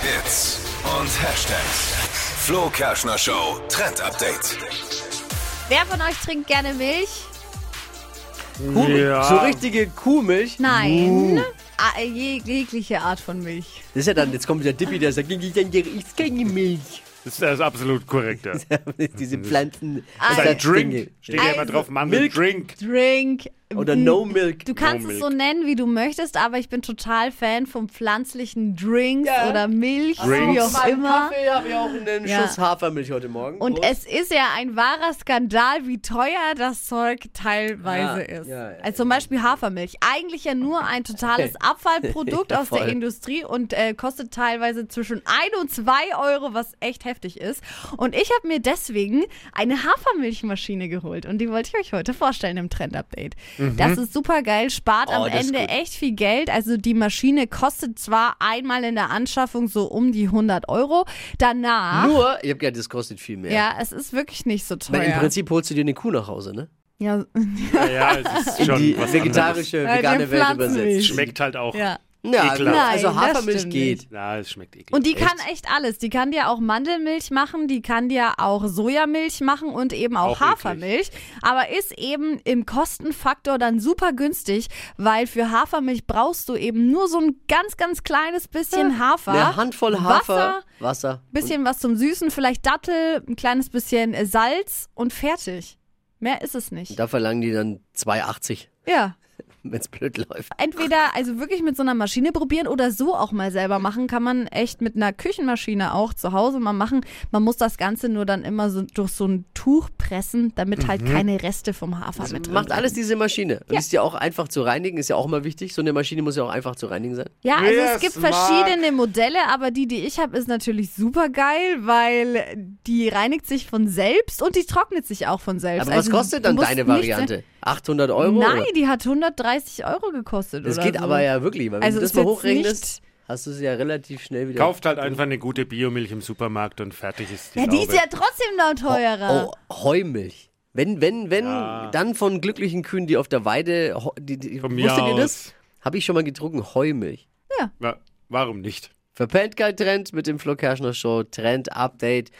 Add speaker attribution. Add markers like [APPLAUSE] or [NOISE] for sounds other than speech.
Speaker 1: Hits und Hashtags. Flo Kerschner Show Trend Update.
Speaker 2: Wer von euch trinkt gerne Milch?
Speaker 3: Kuhmilch.
Speaker 4: Ja.
Speaker 3: So richtige Kuhmilch.
Speaker 2: Nein. Ah, je- jegliche Art von Milch.
Speaker 3: Das ist ja dann, jetzt kommt der Dippi, der sagt, ich trinke keine Milch.
Speaker 4: Das ist das absolut
Speaker 3: [LAUGHS]
Speaker 4: korrekte.
Speaker 3: Diese Pflanzen.
Speaker 2: Das ist
Speaker 3: Das
Speaker 2: ein
Speaker 3: sind
Speaker 4: Drink.
Speaker 3: Dinge.
Speaker 4: Steht ja immer
Speaker 2: Also,
Speaker 4: drauf, Mann, Milk. Drink.
Speaker 3: Milk.
Speaker 2: Drink.
Speaker 3: Oder
Speaker 2: Mm,
Speaker 3: No Milk.
Speaker 2: Du kannst
Speaker 4: No
Speaker 2: es so
Speaker 4: Milk.
Speaker 2: nennen, wie du möchtest, aber ich bin total Fan von pflanzlichen Drinks oder Milch,
Speaker 4: Drinks.
Speaker 2: wie auch immer.
Speaker 3: Kaffee habe ich auch einen
Speaker 2: Ja.
Speaker 3: Schuss Hafermilch heute Morgen.
Speaker 2: Und
Speaker 3: Prost.
Speaker 2: es ist ja ein wahrer Skandal, wie teuer das Zeug teilweise
Speaker 3: Ja,
Speaker 2: ist.
Speaker 3: ja, ja,
Speaker 2: also zum Beispiel Hafermilch. Eigentlich ja nur ein
Speaker 3: [LAUGHS]
Speaker 2: totales Abfallprodukt
Speaker 3: Ja,
Speaker 2: aus der
Speaker 3: voll.
Speaker 2: Industrie und äh, kostet teilweise zwischen 1 und 2 Euro, was echt heftig ist. Und ich habe mir deswegen eine Hafermilchmaschine geholt und die wollte ich euch heute vorstellen im Trendupdate. Das ist super geil, spart
Speaker 3: Mhm. Oh,
Speaker 2: am
Speaker 3: das ist
Speaker 2: Ende
Speaker 3: gut.
Speaker 2: echt viel Geld. Also die Maschine kostet zwar einmal in der Anschaffung so um die 100 Euro. Danach.
Speaker 3: Nur, ich habe gedacht, das kostet viel mehr.
Speaker 2: Ja, es ist wirklich nicht so teuer.
Speaker 3: Weil im Prinzip holst du dir eine Kuh nach Hause, ne?
Speaker 2: ja,
Speaker 4: Ja, ja, es ist schon
Speaker 3: Die
Speaker 4: was
Speaker 3: vegetarische,
Speaker 2: Ja,
Speaker 3: vegane
Speaker 2: den
Speaker 3: Welt
Speaker 2: Pflanzen
Speaker 3: übersetzt.
Speaker 2: nicht.
Speaker 4: anderes. Schmeckt halt auch.
Speaker 2: ja.
Speaker 3: Ja,
Speaker 4: Ekelhaft.
Speaker 3: also
Speaker 2: Nein, das
Speaker 3: Hafermilch
Speaker 2: stimmt
Speaker 3: geht.
Speaker 4: Na, es schmeckt eklig.
Speaker 2: Und die kann echt alles. Die kann dir auch Mandelmilch machen, die kann dir auch Sojamilch machen und eben auch,
Speaker 4: Auch
Speaker 2: Hafermilch. Aber ist eben im Kostenfaktor dann super günstig, weil für Hafermilch brauchst du eben nur so ein ganz, ganz kleines bisschen Hafer.
Speaker 3: Eine Handvoll Hafer,
Speaker 2: Wasser,
Speaker 3: Wasser,
Speaker 2: bisschen was zum Süßen, vielleicht Dattel, ein kleines bisschen äh, Salz und fertig. Mehr ist es
Speaker 3: Und
Speaker 2: nicht.
Speaker 3: da verlangen die dann 2,80,
Speaker 2: Ja.
Speaker 3: wenn es blöd läuft.
Speaker 2: entweder also wirklich mit so einer Maschine probieren oder so auch mal selber machen. Kann man echt mit einer Küchenmaschine auch zu Hause mal machen. Man muss das Ganze nur dann immer so durch so ein Tuch pressen, damit halt
Speaker 3: Mhm.
Speaker 2: keine Reste vom Hafer mit drin
Speaker 3: Also Macht
Speaker 2: bleiben.
Speaker 3: alles diese Maschine. Und ist ja auch einfach zu reinigen, ist ja auch mal wichtig. So eine Maschine muss ja auch einfach zu reinigen sein.
Speaker 2: Ja, also
Speaker 4: Yes,
Speaker 2: es gibt
Speaker 4: Marc.
Speaker 2: verschiedene Modelle, aber die, die ich habe, ist natürlich super geil, weil die reinigt sich von selbst und die trocknet sich auch von selbst.
Speaker 3: Aber was
Speaker 2: Also
Speaker 3: kostet
Speaker 2: du
Speaker 3: dann
Speaker 2: musst
Speaker 3: deine
Speaker 2: nichts-
Speaker 3: Variante? 800 Euro?
Speaker 2: Nein,
Speaker 3: oder?
Speaker 2: die hat 130 Euro gekostet.
Speaker 3: Das
Speaker 2: oder
Speaker 3: geht
Speaker 2: so.
Speaker 3: aber ja wirklich, weil wenn
Speaker 2: Also
Speaker 3: du das
Speaker 2: ist
Speaker 3: mal
Speaker 2: jetzt
Speaker 3: hochrechnest, hast du sie ja relativ schnell wieder.
Speaker 4: Kauft halt einfach eine gute Biomilch im Supermarkt und fertig ist die
Speaker 2: Ja, die ist
Speaker 4: Laube.
Speaker 2: ja trotzdem noch teurer.
Speaker 3: Oh, Heumilch. Wenn, wenn, wenn,
Speaker 4: Ja.
Speaker 3: dann von glücklichen Kühen, die auf der Weide. ho- Die, die,
Speaker 4: Von
Speaker 3: wusstet
Speaker 4: mir
Speaker 3: ihr
Speaker 4: aus.
Speaker 3: das? Habe ich schon mal getrunken, Heumilch.
Speaker 4: Wa- Warum nicht?
Speaker 3: Verpennt kein Trend mit dem Flo Kerschner Show Trend Update.